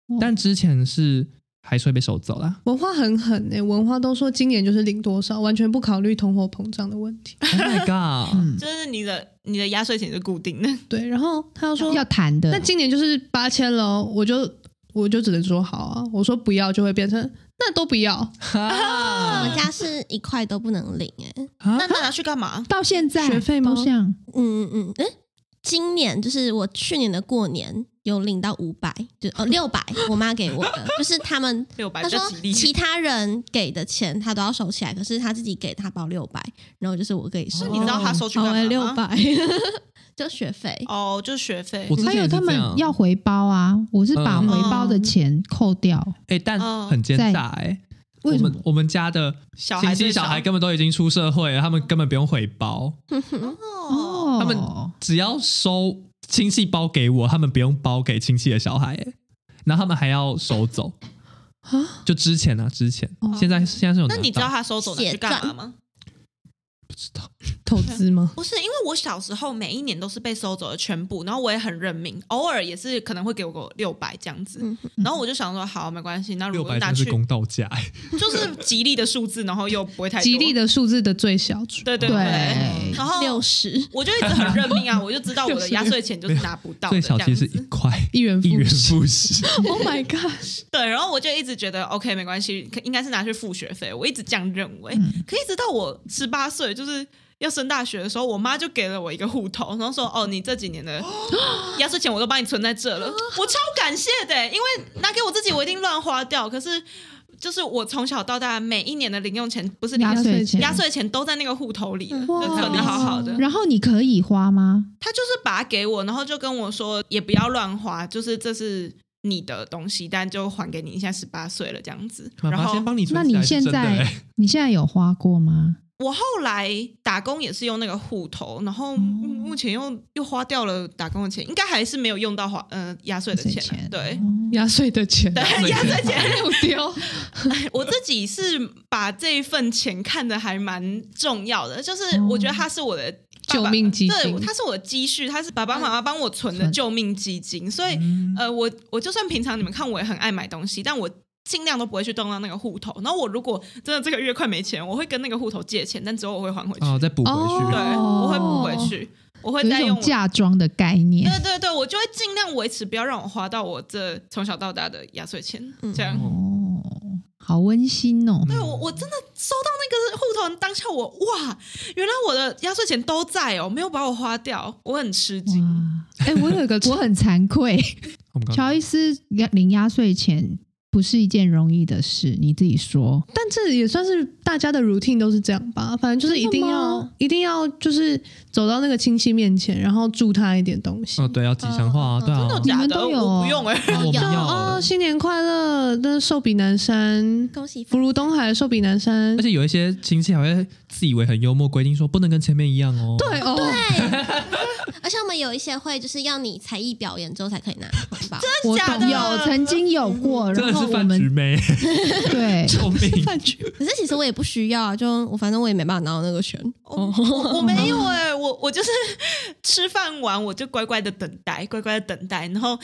S1: 哇，
S2: 但之前是还是会被收走啦。
S4: 文化很狠哎、文化都说今年就是领多少，完全不考虑通货膨胀的问题。
S2: Oh my god！、
S1: 嗯，
S3: 就是你的你的压岁钱是固定的，
S4: 对，然后他又说
S1: 要谈
S4: 那
S1: 的。
S4: 今年就是八千喽，我就我就只能说好啊，我说不要就会变成那都不要，
S6: 我们
S2: 啊
S6: 家是一块都不能领哎、
S3: 那那拿去干嘛？
S1: 到现在
S4: 学费吗
S1: 都这样，
S6: 嗯嗯嗯，诶今年就是我去年的过年有领到五百，就哦六百，我妈给我的，就是他们
S3: 六百
S6: 他
S3: 比
S6: 说
S3: 较吉利。
S6: 其他人给的钱他都要收起来，可是他自己给他包六百，然后就是我可以收。哦欸
S3: 那你知道他收去干嘛吗
S6: 六百， (laughs) 就学费。
S3: 哦，就是学费
S2: 我。之前
S1: 还有
S2: 也是
S1: 他
S2: 这
S1: 们
S2: 样
S1: 要回包啊，我是把
S2: 嗯
S1: 回包的钱扣掉。
S2: 哎、但
S3: 哦
S2: 很奸诈哎、我
S1: 为什
S2: 们
S1: 么？
S2: 我们家的
S3: 小
S2: 亲
S3: 孩
S2: 戚
S3: 最
S2: 小孩
S3: 少
S2: 根本都已经出社会了，他们根本不用回包，
S3: 哦，
S1: 哦，
S2: 他们只要收亲戚包给我，他们不用包给亲戚的小孩、欸，然后他们还要收走
S4: 啊
S2: 就之前啊，之前、
S1: 哦
S2: 现在现在是有拿
S3: 那
S2: 到，
S3: 你知道他收走拿去干嘛吗？
S2: 不知道？
S4: (laughs) 投资 (laughs) 吗？
S3: 不是，因为我小时候每一年都是被收走的全部，然后我也很认命，偶尔也是可能会给我六百这样子，
S6: 嗯
S3: 然后我就想说，好，没关系，那如
S2: 六
S3: 果
S2: 百
S3: 拿
S2: 真
S3: 去
S2: 是公道价、欸，
S3: 就是吉利的数字，然后又不会太多
S4: 吉利，的数字的最小值，
S3: 对对
S1: 对
S3: 然后
S6: 六十，
S3: 我就一直很认命啊，我就知道我的压岁钱就是拿不
S2: (laughs)
S3: 到
S2: 最
S3: 的
S2: 小
S3: 这
S2: 其
S3: 样
S2: 实是一
S3: 子。
S2: 块
S4: (laughs) 一元
S2: 一元
S4: 复
S2: 复始，
S4: (laughs) ，Oh my god！
S3: 对，然后我就一直觉得 OK 没关系，可应该是拿去付学费，我一直这样认为。
S1: 嗯
S3: 可一直到我十八岁，就是要升大学的时候，我妈就给了我一个户头，然后说：“哦，你这几
S1: (gasps)
S3: 年的压岁钱我都帮你存在这了。”我超感谢的，因为拿给我自己我一定乱花掉，可是。就是我从小到大每一年的零用钱，不是零
S1: 压
S3: 用
S1: 岁钱
S3: 压岁钱都在那个户头里了，
S4: 哇
S3: 就存的好好的。
S1: 然后你可以花吗？
S3: 他就是把它给我，然后就跟我说也不要乱花，就是这是你的东西，但就还给你，你现在十八岁了这样子。
S2: 妈
S3: 然
S2: 妈
S3: 后
S2: 先帮你
S1: 那
S2: 存起
S1: 你
S2: 来是
S1: 现
S2: 真的欸，
S1: 在你现在有花过吗？
S3: 我后来打工也是用那个户头，然后目前又又花掉了打工的钱，应该还是没有用到花呃压岁的钱啊、对。
S1: 哦
S4: 压岁的
S3: (laughs)
S4: 钱 (laughs)
S3: 对，压岁钱，
S4: 又哎丢，
S3: 我自己哦是把这一份钱看得还蛮重要的，就是我觉得它是我的
S4: 救命基
S3: 对
S4: 金，
S3: 它是我的积蓄，它是爸爸妈妈帮我存的
S1: 存
S3: 救命基金，所以、呃，我我就算平常你们看我也很爱买东西，但我尽量都不会去动到那个户头。然后我如果真的这个月快没钱，我会跟那个户头借钱，但之后我会还回去，
S2: 哦，再补回去。
S3: 对，啊
S1: 哦
S3: 我会补回去，我会
S1: 有
S3: 再
S1: 一
S3: 用
S1: 种
S3: 我。
S1: 嫁妆的概念
S3: 对。对对，我就会尽量维持，不要让我花到我这从小到大的压岁钱。
S6: 嗯
S3: 这样，
S1: 哦，好温馨哦。
S3: 对我我真的收到那个户头当下我，哇，原来我的压岁钱都在哦，没有把我花掉，我很吃惊。
S1: 哇，
S4: 哎、我有一
S3: (laughs)
S4: 个
S1: 我很惭愧。
S2: 我们
S3: 嗯
S2: 刚
S1: 乔伊斯领压岁钱不是一件容易的事，你自己说。
S4: 但这也算是大家的 routine 都是这样吧，反正就是一定
S1: 真的
S4: 要
S1: 吗
S4: 一定要就是走到那个亲戚面前，然后祝他一点东西。
S2: 哦，对，要吉祥话
S1: 嗯
S2: 啊，
S6: 哦
S2: 对啊，
S1: 你们
S3: 假的
S1: 都有
S3: 我
S1: 哦
S3: 不用哎、
S2: 我们
S6: 有
S2: 要
S4: 哦，新年快乐！那寿比南山，
S1: (laughs)
S6: 恭喜
S4: 福如东海，寿比南山
S2: 而。且有一些亲戚还会自以为很幽默，规定说不能跟前面一样哦。
S4: 对哦，
S6: (laughs)
S4: (laughs)
S6: 而且我们有一些会就是要你才艺表演之后才可以拿红包，
S1: 我
S3: 假的
S1: 懂，
S3: 嗯
S1: 有曾经有过，
S2: 真
S1: 然
S2: 的
S1: 后我
S2: 是饭局
S1: 们 (laughs)
S2: 妹，
S1: 对
S2: 救命！
S4: 饭局
S6: 可是其实我也不需要啊，就我反正我也没办法拿到那个钱。
S3: 我我我没有哎、我我就是吃饭完我就乖乖的等待，乖乖的等待，然后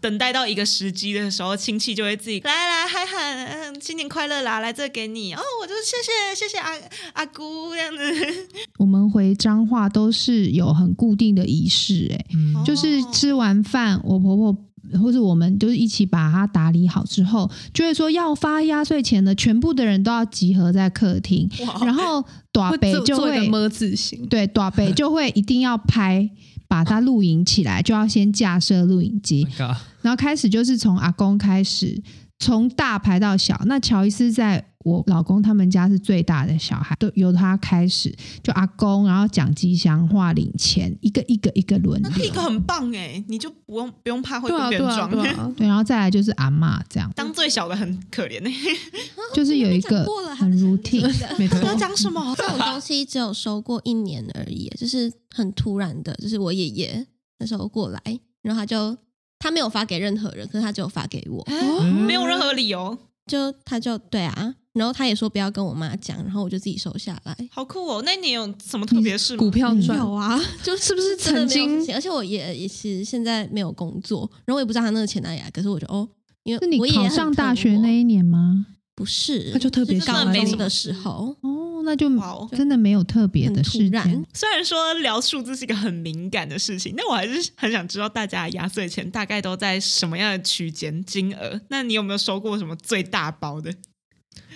S3: 等待到一个时机的时候，亲戚就会自己来来嗨喊，嗯新年快乐啦，来这给你哦，我就谢谢谢谢阿阿姑这样子，
S1: 我们回彰化都是有很固定的仪式、欸，
S2: 嗯
S4: 哦
S1: 就是吃完饭，我婆婆。或者我们就是一起把它打理好之后，就会说要发压岁钱的，全部的人都要集合在客厅，
S3: 哇
S1: 然后短
S4: 会
S1: 北
S4: 做
S1: 就
S4: 做一
S1: 会
S4: 个么字
S1: (laughs)
S4: 形，
S1: 对，短北就会一定要拍，把它录影起来，就要先架设录影机，
S2: 尴尬，
S1: 然后开始就是从阿公开始，从大排到小。那乔伊斯在我老公他们家是最大的小孩，都由他开始，就阿公，然后讲吉祥话、领钱，一个一个一个轮
S3: 那第一
S1: 流。
S3: 个很棒哎、你就不用不用怕会
S4: 对
S3: 被
S4: 啊
S3: 别
S4: 对
S3: 人
S4: 啊
S3: 装。
S4: 对
S1: (laughs)
S4: 啊，
S1: 对，然后再来就是阿嬷这样，
S3: 当最小的很可怜哎、
S1: (laughs) 就是有一
S6: 讲
S1: 个
S6: 过了还
S1: 很
S6: 不是
S1: routine，没 (laughs) 错
S3: 你。要讲什么？
S6: 这种东西只有收过一年而已，就是很突然的，就是我爷爷那时候过来，然后他就他没有发给任何人，可是他只有发给我，
S1: 啊
S3: 没有任何理由，
S6: 就他就对啊，然后他也说不要跟我妈讲，然后我就自己收下来。
S3: 好酷哦！那你有什么特别事吗？
S4: (laughs) 股票赚
S6: 有啊，就是
S4: 不是曾
S6: 真的没有事
S4: 经
S6: 情，而且我爷也是现在没有工作，然后我也不知道他那个钱哪里来，可是我就哦，因
S1: 是
S6: 为
S1: 你
S6: 我爷
S1: 考
S6: 爷很
S1: 上大
S6: 疼
S1: 学那
S6: 我
S1: 一年吗？
S6: 不是，
S4: 他就特别
S3: 就是
S6: 高
S3: 真的没什么
S6: 中的
S3: 事
S6: 时候，
S1: 哦，那就
S3: 哇哦
S1: 真的没有特别
S6: 很
S1: 的
S6: 突
S1: 事
S6: 然
S1: 件。，
S3: 虽然说聊数字是一个很敏感的事情，但我还是很想知道大家的压岁钱大概都在什么样的区间金额。那你有没有收过什么最大包的？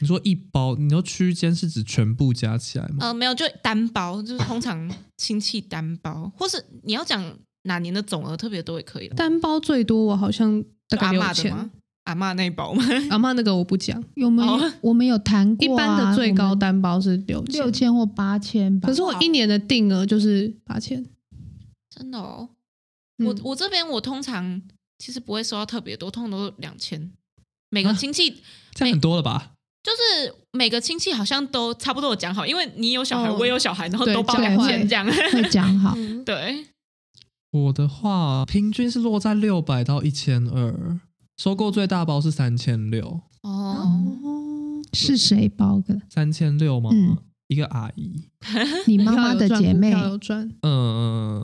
S2: 你说一包，你说区间是指全部加起来吗？
S3: 呃，没有，就单包，就是通常亲戚单包，或是你要讲哪年的总额特别多也可以了。
S4: 单包最多，我好像大
S3: 就
S4: 概
S3: 阿
S4: 六
S3: 嬷的
S4: 千
S3: 吗。？阿嬷那一包吗？
S4: 阿妈那个我不讲，
S1: 有没有
S3: 哦？
S1: 我们有谈
S4: 一
S1: 过啊，
S4: 般的最
S1: 我
S4: 高
S1: 们
S4: 单包是六
S1: 六，千或八千吧
S4: 可。是我一年的定额就是八千。
S3: (laughs) 真的哦，
S4: 嗯
S3: 我我这边我通常其实不会收到特别多，通常都两千。 (laughs) 每个
S2: 啊
S3: 亲戚、
S2: 这样很多了吧？
S3: 就是每个亲戚好像都差不多有讲好，因为你有小孩，
S4: 哦
S3: 我也有小孩，然后
S4: 对
S3: 都包
S4: 讲
S3: 两
S1: 好
S3: 千
S2: (laughs)
S3: 这样。
S1: 会讲
S6: (laughs)
S1: 好，
S6: 嗯，
S3: (laughs) 对，
S2: 我的话，平均是落在六百到一千二，收购最大包是三千六，
S4: 嗯
S3: 哦，
S1: 是谁包的？
S2: 三千六吗？
S1: 嗯
S2: 一个阿姨，
S1: 你妈妈的姐妹
S4: 股票有赚，
S2: 嗯嗯，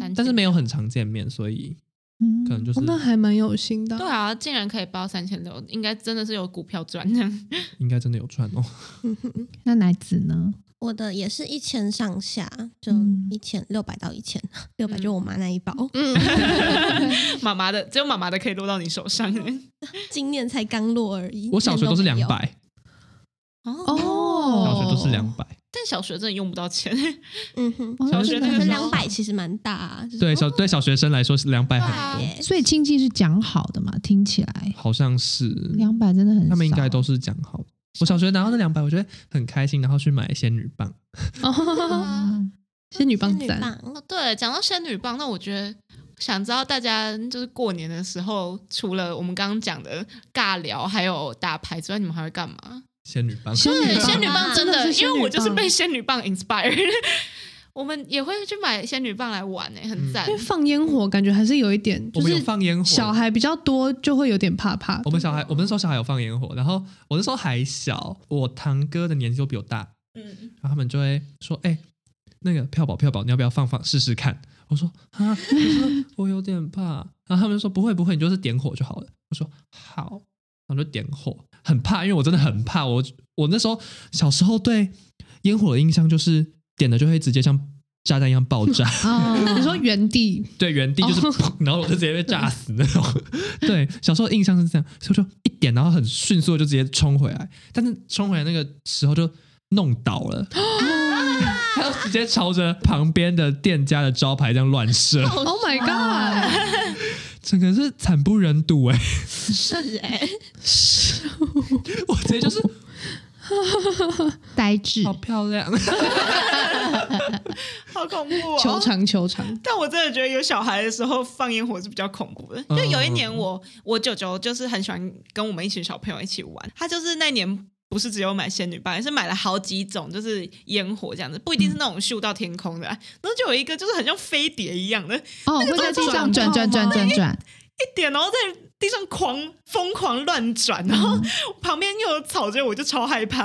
S2: 嗯
S1: 哦，
S2: 但是没有很常见面，所以
S1: 嗯
S2: 可能就是
S4: 哦，那还蛮有心的。
S3: 对，啊，竟然可以包三千六，应该真的是 (laughs) 有股票赚这样。
S2: 应该真的有赚哦。
S1: 那奶子呢？
S6: 我的也是一千上下，就
S1: 嗯
S6: 一千六百到一千 (laughs) 六百，就我妈那一包，
S3: 妈妈的只有妈妈的可以落到你手上。
S6: 今年才刚落而已。
S2: 我小学都是
S6: 一
S2: 两
S6: 年没有，
S2: 百，
S4: 哦，
S2: 小学都是两百，
S3: 但小学真的用不到钱，
S6: 嗯哼，
S1: 哦
S2: 小学
S1: 真的
S2: 那个
S6: 可
S1: 很
S6: 是
S2: 时
S1: 好
S6: 两百其实蛮大、啊，就是
S2: 对小对小学生来说是两百
S3: 对啊
S2: 很多，
S6: 耶
S1: 所以亲戚是讲好的嘛？听起来
S2: 好像是
S1: 两百真的很少，
S2: 嗯他们应该 (laughs) 都是讲好的。我小学拿到那两百，我觉得很开心，然后去买仙女棒。
S4: 哦，
S1: 啊
S4: (laughs) 仙女棒
S6: 仙女
S4: 赞，
S6: 棒
S3: 哦，对，讲到仙女棒，那我觉得想知道大家就是过年的时候，除了我们刚刚讲的尬聊，还有打牌之外，你们还会干嘛？
S2: 仙女棒，
S4: 仙女
S3: 对，
S4: 棒
S3: 嗯
S4: 啊
S3: 仙女棒真
S4: 真的
S3: 的，
S4: 是仙
S3: 因
S4: 女棒
S3: 为我就是被仙女棒 inspire，我 (laughs) 们也会去买仙女棒来玩诶、很赞
S4: (laughs) 因。为放烟火感觉还是有一点，
S2: 我
S4: 就
S2: 们有
S4: 是
S2: 放烟火，
S4: 小孩比较多就会有点怕怕
S2: 我。们小孩，我们那时候小孩有放烟火，然后我那时候还小，我堂哥的年纪都比我大，
S3: 嗯，
S2: 然后他们就会说：“哎、那个票宝票宝，你要不要放放试试看？我说啊，我说我有点怕。然后他们就说不会不会，你就是点火就好了。我说好，然后就点火，很怕，因为我真的很怕。我我那时候小时候对烟火的印象就是点了就会直接像炸弹一样爆炸。
S4: (laughs)
S1: 哦，
S4: 你说原地
S2: 对，原地就是
S4: 哦
S2: 砰，然后我就直接被炸死那
S4: (laughs)
S2: 种。对，小时候印象是这样，所以我就一点，然后很迅速地就直接冲回来，但是冲回来那个时候就弄倒
S4: (gasps)
S2: 了，他就直接朝着旁边的店家的招牌这样乱射，
S4: ，Oh my God！
S2: 整个是惨不忍睹哎、
S6: 是哎，
S2: (laughs) 我直接就是
S1: 呆滞
S2: 好漂亮，
S4: 嗯
S3: 好恐怖哦！
S4: (laughs) 球场球场，
S3: 但我真的觉得有小孩的时候放烟火是比较恐怖的。就有一
S4: 嗯
S3: 年我我舅舅就是很喜欢跟我们一群小朋友一起玩，他就是那年不是只有买仙女棒，也是买了好几种就是烟火这样子，不一定是那种咻到天空的啊，然后就有一个就是很像飞碟一样的，一
S1: 哦，会在地上转转转转转，
S3: 点然后在地上狂疯狂乱转，然后旁边又有草堆，我就超害 (laughs) 怕。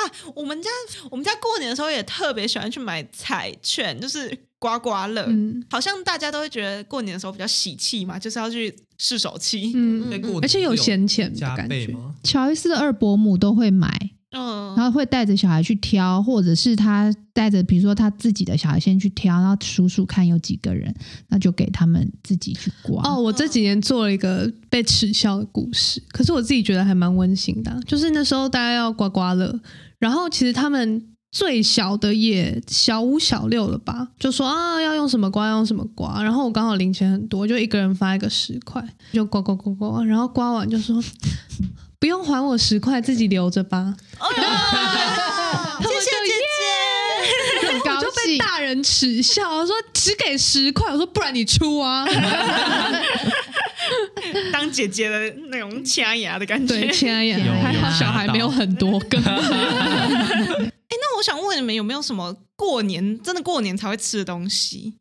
S3: 啊，我们家我们家过年的时候也特别喜欢去买彩券，就是刮刮乐。
S4: 嗯
S3: 好像大家都会觉得过年的时候比较喜气嘛，就是要去试手气。
S4: 嗯，
S2: 对过年
S4: 而且有闲钱的
S2: 加
S4: 感
S2: 倍
S4: 觉，
S2: 吗？
S1: 乔伊斯的二伯母都会买，
S3: 嗯，
S1: 然后会带着小孩去挑，或者是他带着比如说他自己的小孩先去挑，然后数数看有几个人，那就给他们自己去刮。
S4: 哦，，我这几年做了一个被耻笑的故事，可是我自己觉得还蛮温馨的啊、就是那时候大家要刮刮乐，然后其实他们最小的也小五小六了吧，就说啊要用什么刮要用什么刮，然后我刚好零钱很多，就一个人发一个十块，就刮刮刮刮，然后刮完就说 (laughs) 不用还我十块，自己留着吧。
S3: 哦 (laughs) 谢谢姐
S1: 很
S4: 我
S1: 高
S4: 就被
S1: 兴。
S4: 大人耻笑，我说只给十块，我说不然你出啊。
S3: 姐，当姐姐的那种掐牙的感觉。
S4: (laughs) (laughs) 对，亲爱的，
S1: 有
S4: 还
S1: 有
S4: 好小孩没有很多 (laughs) 个。
S3: 那我想问你们有没有什么过年真的过年才会吃的东西？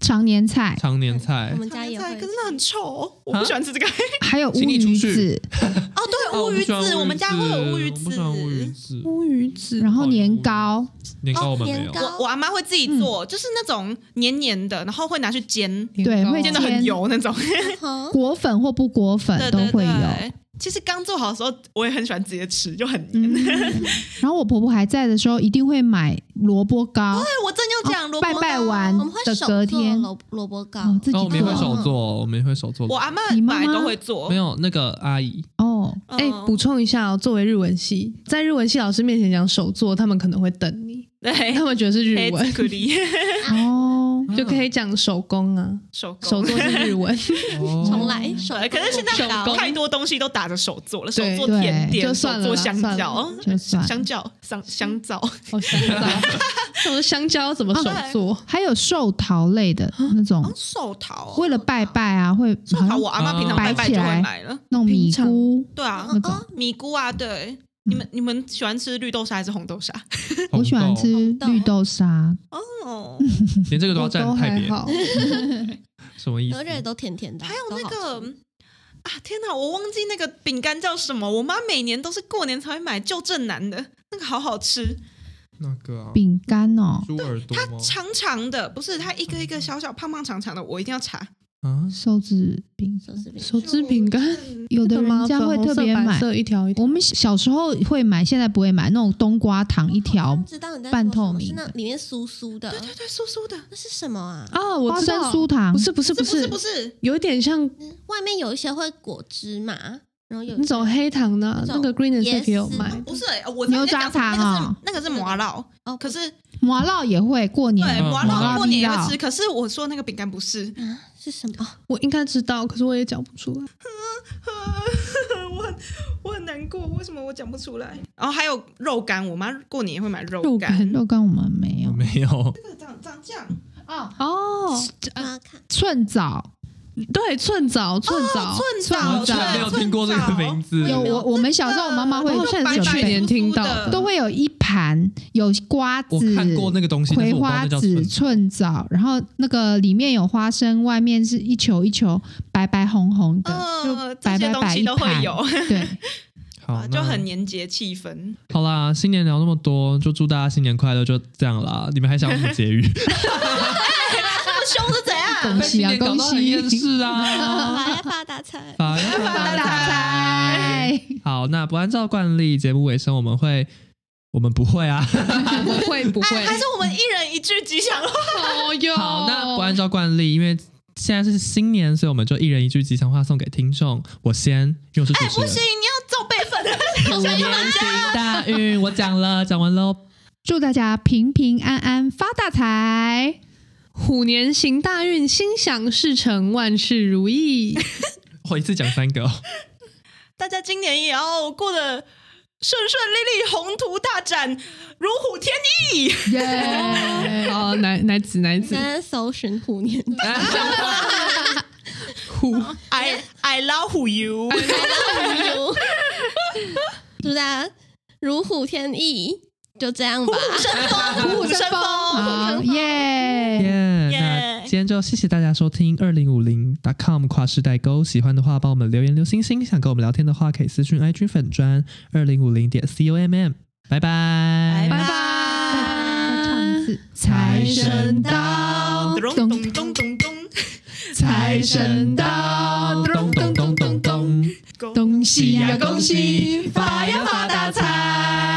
S1: 常年菜，
S2: 常年菜
S6: 我们家也
S3: 菜
S6: 会
S3: 可是那很臭哦，我不喜欢吃这个。
S1: 还有乌
S2: 请你出
S1: 鱼
S2: 去
S1: 子，
S3: 哦，对，乌
S2: 我不
S3: 鱼
S2: 喜
S3: 子
S2: 欢乌鱼，
S3: 我们家会有乌鱼
S2: 我
S3: 子
S2: 不喜。欢乌鱼子，
S4: 乌鱼子
S1: 然后年糕，
S2: 年糕
S6: 哦
S2: 我们没
S6: 年
S2: 有。
S6: 糕
S3: 我我阿妈会自己做，就是那种黏黏的，然后会拿去煎，
S1: 对会
S3: 哦煎
S1: 煎
S3: 的很油那种。
S6: 嗯
S1: 果粉或不果粉
S3: 对
S1: 都
S3: 对
S1: 会有。
S3: 对。其实刚做好的时候，我也很喜欢直接吃，就很黏。
S1: 嗯然后我婆婆还在的时候，一定会买萝卜糕，
S3: 对，我正就这样，
S1: 哦
S3: 萝卜
S1: 拜
S3: 糕
S1: 拜完
S6: 我们会
S1: 的
S6: 手
S1: 隔
S6: 做
S1: 天，
S6: 萝萝卜糕，
S1: 哦，自
S2: 哦，
S1: 己
S2: 我们也会
S1: 做
S2: 手做，我们也会手做。
S3: 我阿妈
S1: 你妈
S3: 买
S1: 妈
S3: 都会做，
S2: 没有那个阿姨，
S1: 哦，
S3: 嗯
S4: 哎，补充一下哦，作为日文系，在日文系老师面前讲手作，他们可能会瞪你，
S3: 对
S4: 他。们觉得是
S3: (laughs)
S4: 日
S3: 黑
S4: 文，
S3: 巧克力
S1: (laughs) 哦，
S4: 就可以讲手工啊，
S3: 手工
S4: 手作是日 (laughs) 文，
S6: 重
S2: 哦，
S6: 来手
S3: 哎对，可是现
S6: 手
S3: 在
S6: 工
S3: 太多东西都打着手做了，手
S4: 对
S3: 做甜
S1: 对
S3: 点，
S4: 就算了
S3: 手做
S4: 啦
S3: 香
S4: 算
S3: 蕉
S4: 了，
S1: 就算了
S3: 香蕉，香香皂，
S4: 哦，香蕉，我说香蕉怎么手做？
S1: 还有寿桃类的那种
S3: 哦，寿桃哦，
S1: 为了拜拜啊，会
S3: 寿
S1: 好
S3: 桃，
S1: 像啊
S3: 我阿妈平常
S1: 摆
S3: 拜拜
S1: 起
S3: 就会
S1: 来
S3: 买了。
S1: 弄
S4: 平
S1: 米
S4: 常
S1: 糊，
S3: 对啊
S1: 那，嗯种
S3: 哦米菇啊，对。你们你们喜欢吃绿豆沙还是红豆沙？
S2: 红
S1: 我喜欢
S2: 豆
S1: 吃
S6: 豆
S1: 绿豆沙，
S3: 哦，
S2: 连这个都要
S4: 我
S2: 站
S4: 都
S2: 太
S4: 还
S2: 别，
S4: 好，
S2: 什么意思
S6: 而？且都甜甜的，
S3: 还有
S6: 都
S3: 那
S6: 好
S3: 个
S6: 吃
S3: 啊，天哪，我忘记那个饼干叫什么。我妈每年都是过年才会买旧正南的那个，好好吃。
S2: 那个啊
S1: 饼干哦，
S2: 猪耳朵
S3: 它
S2: 吗？
S3: 长长的，不是它一个一个小小胖胖长长的，我一定要查。
S2: 啊，
S1: 手指饼，
S6: 手撕饼
S4: 手织饼干，
S1: 有的人家会特别
S4: 粉红色白
S1: 买。
S4: 色一条一条，
S1: 我们小时候会买，现在不会买那种冬瓜糖一条，
S4: 哦
S6: 知道你在
S1: 半
S6: 说什么
S1: 透明
S6: 是那
S1: 的
S6: 里面酥酥的，
S3: 对对对，酥酥的，
S6: 那是什么啊？
S4: 啊，我
S1: 花
S4: 知
S1: 生
S4: 道，
S1: 酥糖
S4: 不是不是
S3: 这
S4: 不
S3: 不是
S4: 是
S3: 不，是
S4: 有点像
S3: 嗯
S6: 外面有一些会裹芝麻，然后有
S1: 嗯
S4: 那种黑糖的啊，
S6: 那
S4: 那
S6: 种
S4: 个 Green and s a f e 也有
S6: 椰丝
S4: 卖，
S3: 不是，呃我知道
S1: 牛
S3: 你在
S1: 轧
S3: 讲什么
S1: 糖哦
S3: 那个是那个是麻烙，
S6: 哦
S3: 可是
S1: 麻辣也会过年，
S3: 对
S2: 嗯麻
S3: 麻烙
S2: 辣
S3: 过年也
S1: 必
S3: 会
S1: 要
S3: 吃，可是我说那个饼干不是，
S6: 啊是什么？
S4: 我应该知道，可是我也讲不出来。
S3: (laughs) 我很我很难过，为什么我讲不出来？然后还有肉干，我妈过年也会买肉
S4: 肉
S3: 干，
S4: 干
S1: 肉干我们没有
S2: 没有，
S3: 这个长长这样，
S1: 哦，
S4: 哦，
S6: 我
S1: 啊
S6: 要看
S1: 寸枣
S4: 对，寸枣，寸枣，
S3: 寸
S1: 寸
S3: 枣，
S1: 枣
S2: 没有听过这个名字。
S1: 有我我们小时候，我妈妈会
S4: 我好
S1: 准
S4: 像
S1: 备，
S4: 是去年听到的
S1: 都会有一盘有瓜子，
S2: 我看过那个东西，但
S1: 葵
S2: 是我不知道
S1: 花
S2: 那叫
S1: 籽、
S2: 什
S1: 寸枣，然后那个里面有花生，外面是一球一球白白红红的，
S3: 嗯
S1: 就白
S3: 这
S1: 白
S3: 些东
S1: 白
S3: 西
S1: 一
S3: 都会 (laughs)
S1: 盘
S3: 有啊
S1: 对，
S2: 么
S3: 吧，
S2: 好，
S3: 就
S2: 那
S3: 很年节气氛。
S2: 好啦。新年聊那么多，就祝大家新年快乐，就这样啦。你们还想要什么结
S1: (laughs)
S2: 语？
S6: 凶是怎样？
S1: 恭喜啊，
S2: 被新年
S1: 恭
S2: 搞到很 (laughs) 厌
S1: 喜！
S2: 世啊！
S6: 哦来发大财。
S2: 发
S1: 发 (laughs)
S2: 大
S1: 大财！
S2: 好，那不按照惯例，节目尾声我们会，我们不会啊。
S4: 不会不会，
S3: 哎啊还是我们一人一句吉祥话，
S4: 哦 (laughs) 哟。
S2: 好，那不按照惯例，因为现在是新年，所以我们就一人一句吉祥话送给听众。我先，因为我是主持人。
S3: 不行，你要照辈分。 (laughs)
S2: 虎年行大运，我讲了，讲完喽。
S1: (laughs) 祝大家平平安安发大财！
S4: 虎年行大运，心想事成，万事如意。
S2: 我一次讲三个、哦，
S3: 大家今年也要过得顺顺利利，宏图大展，如虎添翼。
S1: 耶！
S4: 哦，奶奶子奶子 (laughs)
S6: (laughs) 现，在搜寻虎年，
S3: (laughs)
S6: (laughs)
S4: 虎
S3: I I love you。
S6: 祝大家啊如虎添翼，就这样吧。
S3: (laughs) 虎虎生
S1: (laughs)
S3: 风，
S1: 好啊耶！
S2: (laughs) 耶！那今天就谢谢大家收听二零五零 .com 跨世代沟，喜欢的话帮我们留言留星星，想跟我们聊天的话可以私讯 IG 粉砖二零五零点 com，拜拜。
S3: 拜
S1: 再唱一次，
S2: 财神
S1: 到
S3: 咚咚咚咚咚，
S1: 财神到，
S2: 咚咚咚咚咚，
S1: 恭喜
S2: 喜
S1: 呀
S2: 呀
S1: 恭
S2: 恭
S1: 喜，
S2: 喜
S1: 发呀发大财！